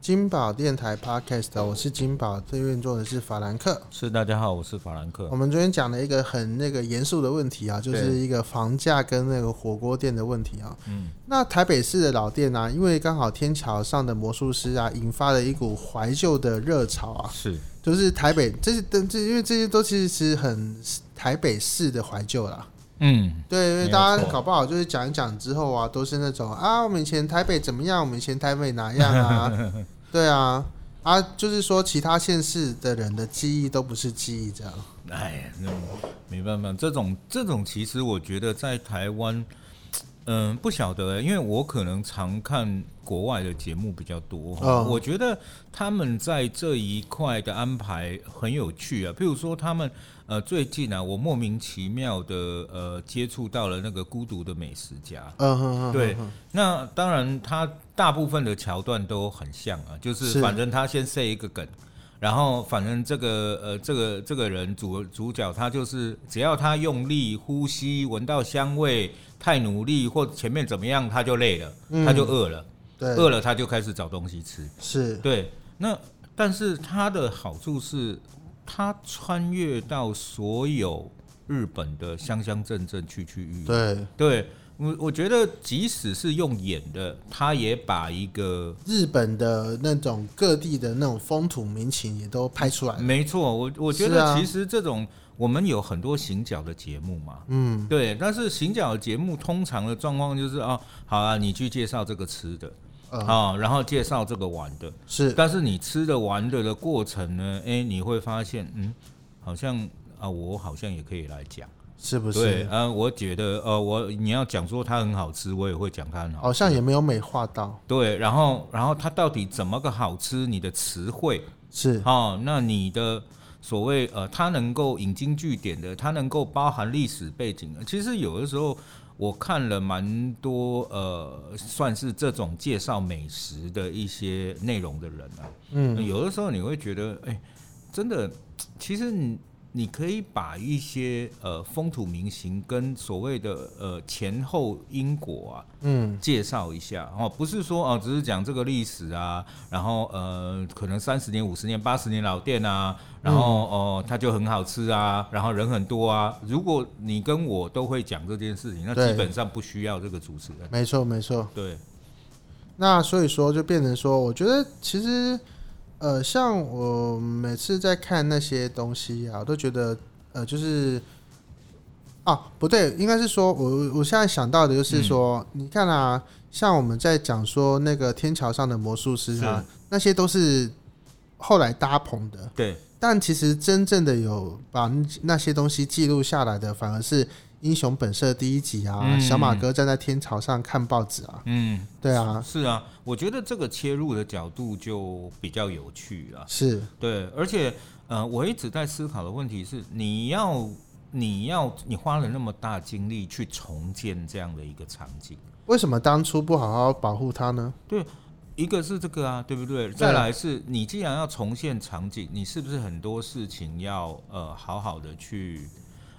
金宝电台 Podcast，我哦是金宝，对面坐的是法兰克。是，大家好，我是法兰克我。们昨天讲了一个很那个严肃的问题啊，就是对一个房价跟那个火锅店的问题啊。嗯，那台北市的老店啊，因为刚好天桥上的魔术师啊，引发了一股怀旧的热潮啊，是，就是台北这些这这因为这些都其实是很台北市的怀旧啦。嗯，对，因没为有大家错搞不好就是讲一讲之后啊，都是那种啊，我们以前台北怎么样，我们以前台北哪样啊？ 对啊，啊，就是说其他县市的人的记忆都不是记忆这样。哎，那没办法，这种这种其实我觉得在台湾，嗯、不晓得、因为我可能常看国外的节目比较多，嗯我觉得他们在这一块的安排很有趣啊。譬如说他们呃最近啊，我莫名其妙的呃接触到了那个《孤独的美食家》，嗯哼哼，对哼哼，那当然，它大部分的桥段都很像啊，就是是反正他先设一个梗，然后反正这个呃这个这个人主主角他就是只要他用力呼吸，闻到香味，太努力或前面怎么样，他就累了，他就饿了，嗯对，饿了他就开始找东西吃。是，对，那但是它的好处是，它穿越到所有日本的乡乡镇镇区区域。对，对我，我觉得即使是用演的，他也把一个日本的那种各地的那种风土民情也都拍出来了。没错，我我觉是得啊其实这种、我们有很多行脚的节目嘛，嗯，对，但是行脚的节目通常的状况就是哦，好啊，你去介绍这个吃的。嗯哦，然后介绍这个玩的，是，但是你吃的玩的的过程呢，哎，你会发现，嗯，好像啊，我好像也可以来讲，是不对，是？啊，我觉得，呃，我你要讲说它很好吃，我也会讲它很好吃好像也没有美化到，对，然后然后它到底怎么个好吃？你的词汇是，哦，那你的所谓呃，它能够引经据典的，它能够包含历史背景的。其实有的时候我看了蛮多呃，算是这种介绍美食的一些内容的人啊，嗯，有的时候你会觉得，哎，真的，其实你。你可以把一些呃风土民情跟所谓的呃前后因果啊，嗯，介绍一下哦，不是说哦，只是讲这个历史啊，然后呃，可能三十年、五十年、八十年老店啊，然后哦、它就很好吃啊，然后人很多啊。如果你跟我都会讲这件事情，那对基本上不需要这个主持人。没错，没错。对，那所以说，就变成说，我觉得其实，呃，像我每次在看那些东西啊，我都觉得，呃，就是，啊，不对，应该是说我我现在想到的就是说，嗯你看啊，像我们在讲说那个天桥上的魔术师啊，那些都是后来搭棚的，对，但其实真正的有把那些东西记录下来的，反而是《英雄本色》第一集啊，嗯小马哥站在天桥上看报纸啊，嗯，对啊，是啊，我觉得这个切入的角度就比较有趣啊。是。对，而且呃，我一直在思考的问题是，你要你要你花了那么大精力去重建这样的一个场景。为什么当初不好好保护它呢？一个是这个啊，对不对？再来是你既然要重现场景，你是不是很多事情要呃好好的去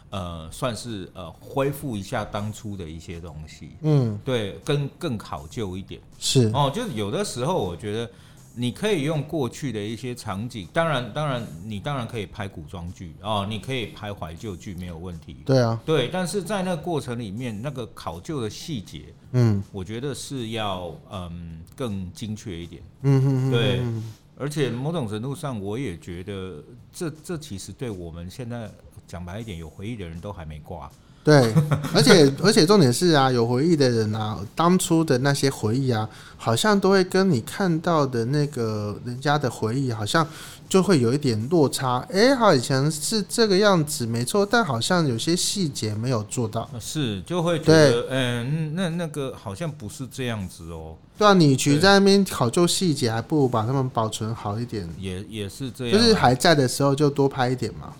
呃算是呃恢复一下当初的一些东西？嗯，对，更更考究一点是哦。就是有的时候我觉得你可以用过去的一些场景，当然当然你当然可以拍古装剧哦，你可以拍怀旧剧没有问题。对啊，对，但是在那个过程里面，那个考究的细节，嗯我觉得是要嗯更精确一点。嗯嗯，嗯对嗯嗯而且某种程度上，我也觉得这这其实对我们现在讲白一点，有回忆的人都还没挂。对， 而且而且重点是啊，有回忆的人啊，当初的那些回忆啊，好像都会跟你看到的那个人家的回忆，好像就会有一点落差。哎、好，以前是这个样子，没错，但好像有些细节没有做到。是，就会觉得，嗯，那那个好像不是这样子哦，对啊，你去对在那边考究细节，还不如把它们保存好一点，也也是这就样啊、是还在的时候就多拍一点嘛。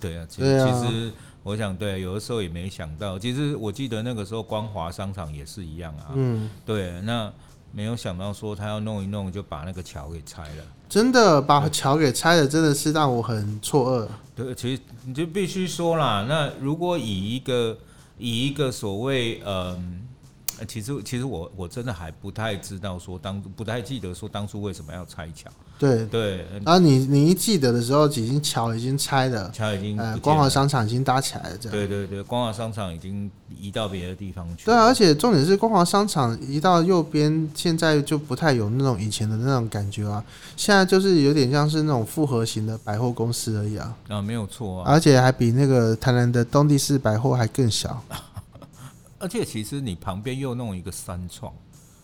对啊，其对啊其实我想，对，有的时候也没想到，其实我记得那个时候光华商场也是一样啊，嗯，对，那没有想到说他要弄一弄就把那个桥给拆了。真的把桥给拆了，真的是让我很错愕。对，其实你就必须说啦。那如果以一个以一个所谓嗯、呃其实其实我我真的还不太知道说当不太记得说当初为什么要拆桥，对，对，呃然后你你一记得的时候，已经桥已经拆了，桥已经不见呃，了光华商场已经搭起来了，这样。对对对，光华商场已经移到别的地方去对啊，了，而且重点是光华商场移到右边，现在就不太有那种以前的那种感觉啊，现在就是有点像是那种复合型的百货公司而已啊，啊，没有错啊。而且还比那个台南的东地市百货还更小。而且其实你旁边又弄一个三创，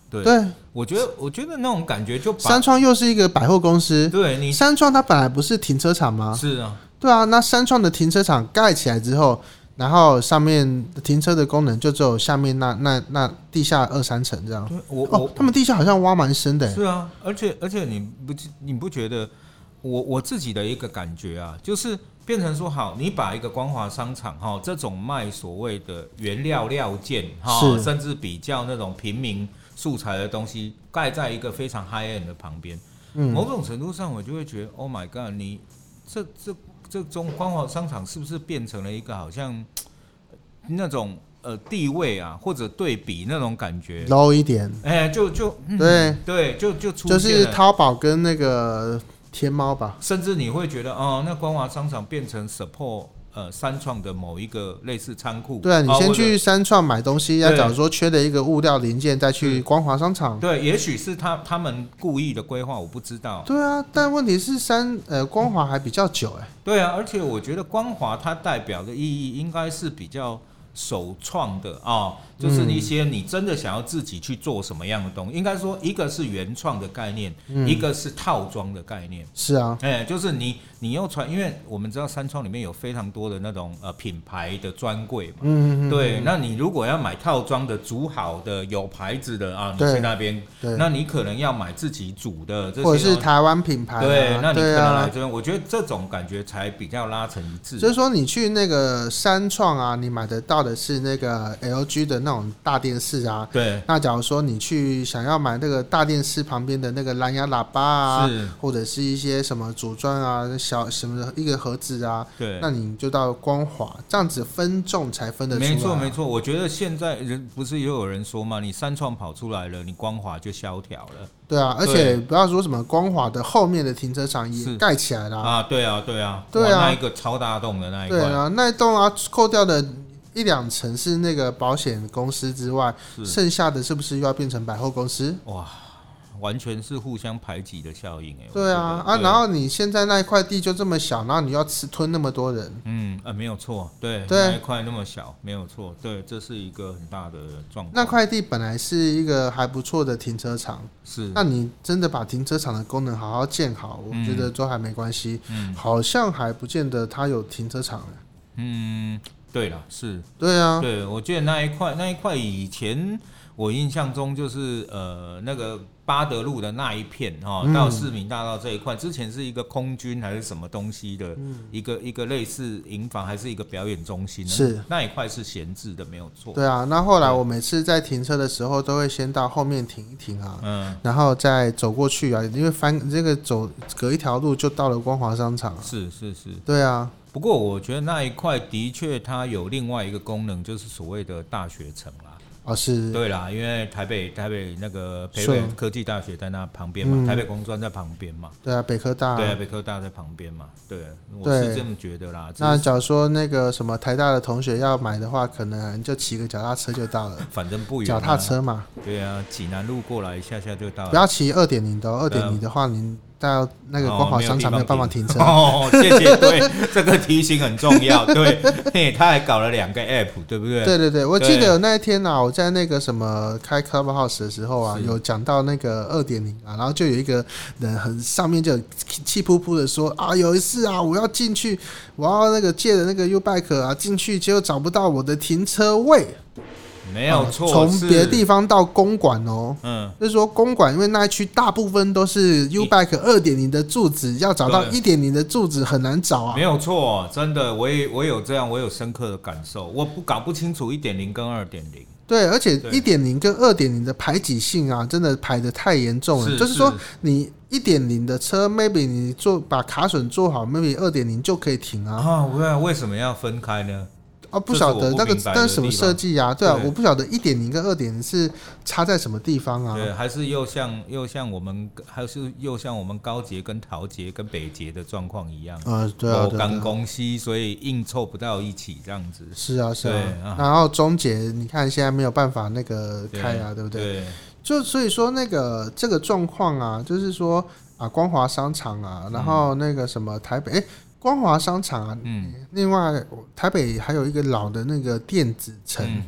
对，对，我觉得我觉得那种感觉就把三创又是一个百货公司。对你三创它本来不是停车场吗？是啊，对啊，那三创的停车场盖起来之后，然后上面停车的功能就只有下面那那那地下二三层这样。对我我哦，他们地下好像挖蛮深的欸。是啊，而且而且你不记你不觉得我我自己的一个感觉啊，就是变成说好，你把一个光华商场哈这种卖所谓的原料料件哈，是甚至比较那种平民素材的东西，盖在一个非常 high end 的旁边，嗯，某种程度上我就会觉得，Oh my god，你这这这中光华商场是不是变成了一个好像那种呃地位啊或者对比那种感觉？ low 一点。哎、就就、嗯对对，就就出现就了是淘宝跟那个天猫吧。甚至你会觉得哦，那光华商场变成 support 呃三创的某一个类似仓库。对啊，你哦先或者去三创买东西，要对假如说缺了一个物料零件，再去嗯光华商场。对，也许是他他们故意的规划，我不知道。对啊，但问题是三呃光华还比较久哎、对啊，而且我觉得光华它代表的意义应该是比较首创的啊、哦就是一些你真的想要自己去做什么样的东西。应该说，一个是原创的概念，嗯一个是套装的概念。是啊，哎、就是你，你又穿，因为我们知道三创里面有非常多的那种呃品牌的专柜嘛，嗯嗯嗯对，那你如果要买套装的、煮好的、有牌子的啊，你对去那边，对，那你可能要买自己煮的这些或者是东西台湾品牌、啊，对，那你可对能来啊这。边，我觉得这种感觉才比较拉成一致。就是说，你去那个三创啊，你买得到的是那个 LG 的那种大电视啊。对，那假如说你去想要买那个大电视旁边的那个蓝牙喇叭啊，是，或者是一些什么组装啊、小什么一个盒子啊，对，那你就到光华这样子分众才分得出来。啊没错没错。错。我觉得现在人不是也有人说嘛，你三创跑出来了，你光华就萧条了对啊，而对且不要说什么光华的后面的停车场也是盖起来了、啊！对啊对啊，对啊哇那一个超大洞的那一对块，啊，那一栋啊扣掉的一两层是那个保险公司之外，是剩下的是不是又要变成百货公司？哇，完全是互相排挤的效应哎。我对啊觉得啊，然后你现在那一块地就这么小，然后你要吃吞那么多人，嗯呃，没有错，对，对那一块那么小，没有错，对，这是一个很大的状况。那块地本来是一个还不错的停车场，是那你真的把停车场的功能好好建好，我嗯觉得都还没关系，嗯好像还不见得它有停车场欸。嗯，对了，是对啊，对，我记得那一块那一块以前我印象中就是呃那个巴德路的那一片哈、哦，嗯到市民大道这一块之前是一个空军还是什么东西的嗯一个、一个类似营房还是一个表演中心呢，是那一块是闲置的，没有错。对啊。那后来我每次在停车的时候，都会先到后面停一停啊，嗯，然后再走过去啊，因为翻这个走隔一条路就到了光华商场啊。是是是，对啊，不过我觉得那一块的确它有另外一个功能，就是所谓的大学城啦。哦是，对啦，因为台北台北那个北北是科技大学在那旁边嘛，嗯台北工专在旁边嘛，对啊，北科大啊。对啊，北科大在旁边嘛，对，我对是这么觉得啦。只那是假如说那个什么台大的同学要买的话，可能就骑个脚踏车就到了，反正不远、脚啊，踏，车嘛，对啊，济南路过来一下下就到不了。要骑二点零的哦，二对啊点零的话，你到那个哦光华商场没没有有地方办法停车。哦，谢谢，对， 这个提醒很重要， 对，嘿，他还搞了两个 app，对不对？对对对，我对记得有那一天啊，我在那个什么开 Clubhouse 的时候啊，是有讲到那个二点零啊，然后就有一个人很上面就有气气扑扑的说啊，有一次啊，我要进去，我要那个借的那个 U Bike 啊进去，结果找不到我的停车位，没有啊错，从是别的地，方到公馆哦。嗯，就是说，公馆因为那一区大部分都是 U Bike 二点零的柱子，要找到对一点零的柱子很难找啊没。有错，真的，我也我有这样，我有深刻的感受。我不搞不清楚一点零跟二点零，对，而且对一点零跟二点零的排挤性啊，真的排的太严重了。是就是说，你一点零的车，maybe 你做把卡榫做好，maybe 二点零就可以停啊。啊，我为什么要分开呢？啊，不晓得哦这是我不那个明白的那是什么地方设计啊？对啊，对我不晓得一点零跟二点零是差在什么地方啊？对，还是又像又像我们还是又像我们高捷跟陶捷跟北捷的状况一样，呃，对啊，某对啊干对啊，公司，所以硬凑不到一起这样子。是啊是对啊啊。然后终结，你看现在没有办法那个开啊，对不对？对就所以说那个这个状况啊，就是说啊，光华商场嗯啊，然后那个什么台北，哎、光华商场啊，嗯，另外台北还有一个老的那个电子城、嗯，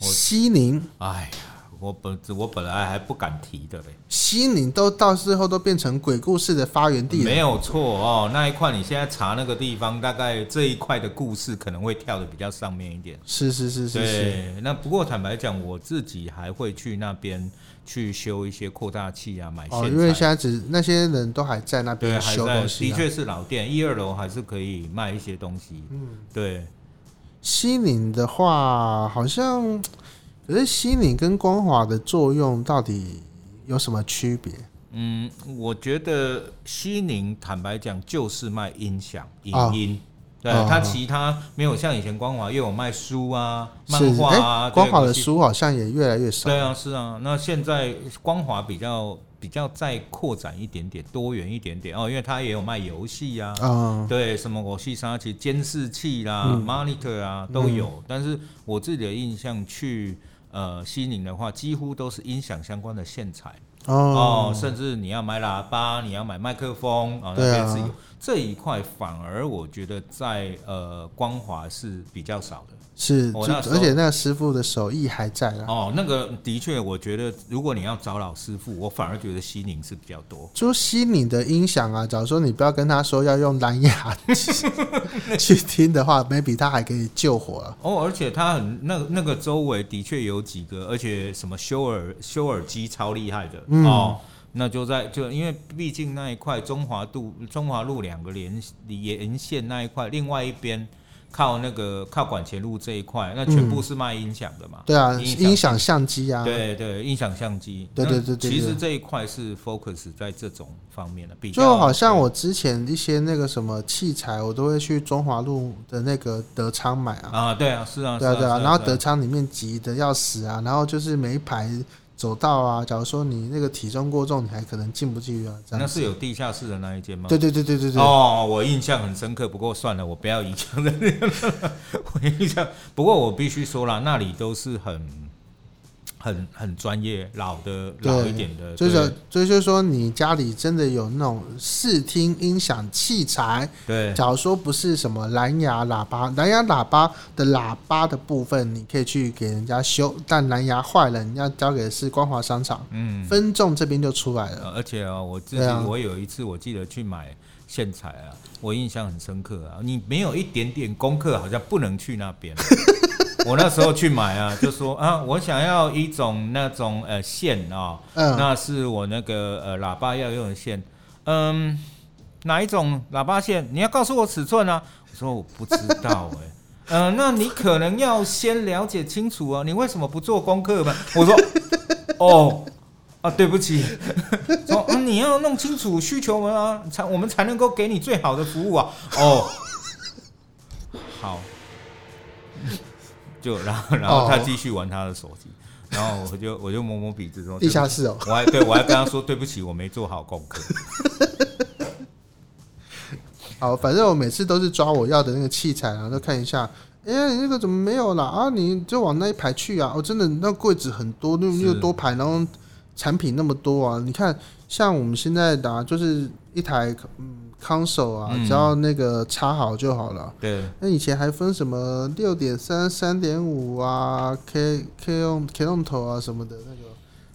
我西宁，哎呀，我本我本来还不敢提的嘞，西宁都到最后都变成鬼故事的发源地了。没有错哦。那一块你现在查那个地方，大概这一块的故事可能会跳的比较上面一点。是是是是是，对，那不过坦白讲，我自己还会去那边去修一些扩大器啊，买线哦，材。因为现在只那些人都还在那对，边还修在，东西、的啊。确是老店，一二楼还是可以卖一些东西。嗯，对，西宁的话，好像可是西宁跟光华的作用到底有什么区别？嗯，我觉得西宁坦白讲就是卖音响、影啊音。对啊它啊其他没有像以前光华又有卖书啊、是漫画啊，诶光华对的。书好像也越来越少。对啊，是啊。那现在光华比较比较再扩展一点点，多元一点点哦，因为它也有卖游戏啊，嗯，对，什么我细沙其实监视器啦、monitor 嗯啊都有，但是我自己的印象去呃西宁的话，几乎都是音响相关的线材哦哦，甚至你要买喇叭，你要买麦克风啊、那对啊边是有这一块，反而我觉得在呃光华是比较少的。是，我就哦那时候而且那个师傅的手艺还在啦。哦，那个的确，我觉得如果你要找老师傅，我反而觉得西宁是比较多。就吸你的音响啊，假如说你不要跟他说要用蓝牙 去听的话，maybe 他还可以救火了。哦，而且它很那那个周围的确有几个，而且什么修耳修耳机超厉害的、嗯哦。那就在就因为毕竟那一块中华路中华路两个连沿线那一块，另外一边靠那个靠管前路这一块，那全部是卖音响的嘛。对啊，音响音响相机啊，对对，音响相机。对对对那对对其实对这一块是 focus 在这种方面的，比较就好像我之前一些那个什么器材，我都会去中华路的那个德昌买啊，啊，对啊，是啊，对啊是对啊，是然后是德昌里面挤得要死啊，然后就是每一排走道啊，假如说你那个体重过重，你还可能进不去啊，这那样。是有地下室的那一间吗？对对对对对对，哦，我印象很深刻，不过算了，我不要影响人家了。 我印象，不过我必须说了，那里都是很、很、很专业、老的、对老一点的，就是所以就是说，你家里真的有那种视听音响器材，对对假如说不是什么蓝牙喇叭，蓝牙喇叭的喇叭的部分，你可以去给人家修，但蓝牙坏了，你要交给的是光华商场，嗯。分众这边就出来了。呃而且啊，我自己、对啊我有一次我记得去买线材啊，我印象很深刻啊。你没有一点点功课，好像不能去那 边。我那时候去买啊，就说啊，我想要一种那种呃线啊、嗯，那是我那个呃喇叭要用的线，嗯，哪一种喇叭线？你要告诉我尺寸啊！我说我不知道哎、 嗯、那你可能要先了解清楚啊，你为什么不做功课嘛？我说，哦，啊，对不起，说、嗯、你要弄清楚需求啊，才我们才能够给你最好的服务啊。哦，好， 就然后然后他哦继续玩他的手机，然后我就我就摸摸鼻子说，地下室哦，我还对我还跟他说对不起，我没做好功课。好，反正我每次都是抓我要的那个器材，然后就看一下。哎、你那个怎么没有啦？啊，你就往那一排去啊！哦，真的，那柜子很多，那是又多排，然后产品那么多啊！你看，像我们现在打、就是一台嗯 console 啊，嗯只要那个插好就好 了。对，那以前还分什么六点三、三点五啊，K K 用 K 用头啊什么的那个，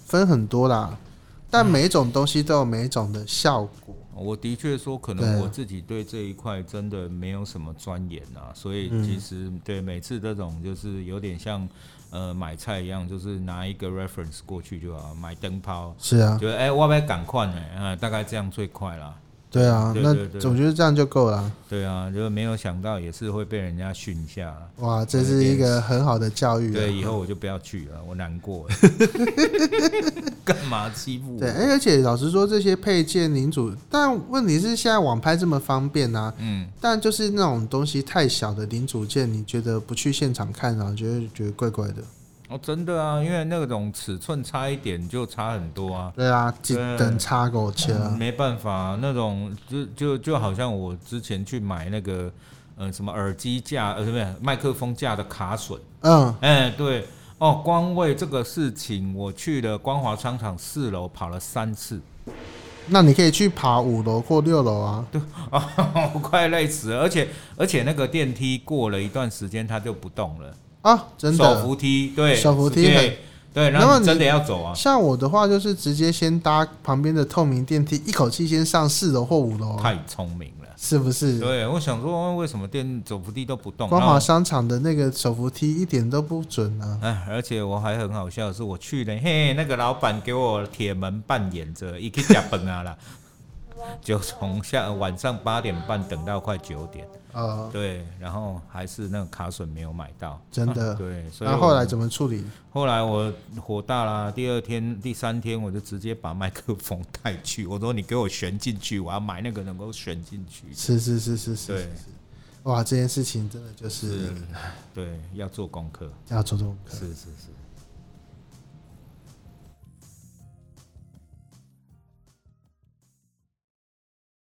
分很多啦。但每一种东西都有每一种的效果。我的确说，可对啊能我自己对这一块真的没有什么钻研啊，所以嗯其实对每次这种就是有点像呃买菜一样，就是拿一个 reference 过去就好，买灯泡。是啊，就哎、我要赶快呢，啊、大概这样最快啦。对啊，对那对对我觉得这样就够了。对啊，就没有想到也是会被人家训一下。哇，这是一个很好的教育、啊。对，以后我就不要去了，我难过 了。干嘛欺负我？对，哎而且老实说，这些配件领主，但问题是现在网拍这么方便啊，嗯，但就是那种东西太小的零组件，你觉得不去现场看啊，觉得觉得怪怪的。哦，真的啊，因为那种尺寸差一点就差很多啊。对啊，几对等差狗切啊，没办法、那种就就就好像我之前去买那个呃什么耳机架呃不是麦克风架的卡榫，嗯，哎、对哦，光为这个事情，我去了光华商场四楼跑了三次， 那你可以去爬五楼或六楼啊。哦，我快累死了，而且而且那个电梯过了一段时间它就不动了，啊，真手的。扶梯对，手扶梯很对对，然然后后你你真的要走啊，像我的话，就是直接先搭旁边的透明电梯，一口气先上四楼或五楼啊，太聪明了。是不是？对，我想说为什么电手扶梯都不动？光然后华商场的那个手扶梯一点都不准啊。哎，而且我还很好笑的是，我去了，嘿，那个老板给我铁门扮演着，一去加崩啊啦， 就从下晚上八点半等到快九点，呃，对，然后还是那个卡榫没有买到，真的啊 对，所以那我后来怎么处理？后来我火大啦，第二天、第三天我就直接把麦克风带去，我说你给我旋进去，我要买那个能够旋进去，是是是是是，对哇，这件事情真的就是对，要做功课，要做这种。是是是，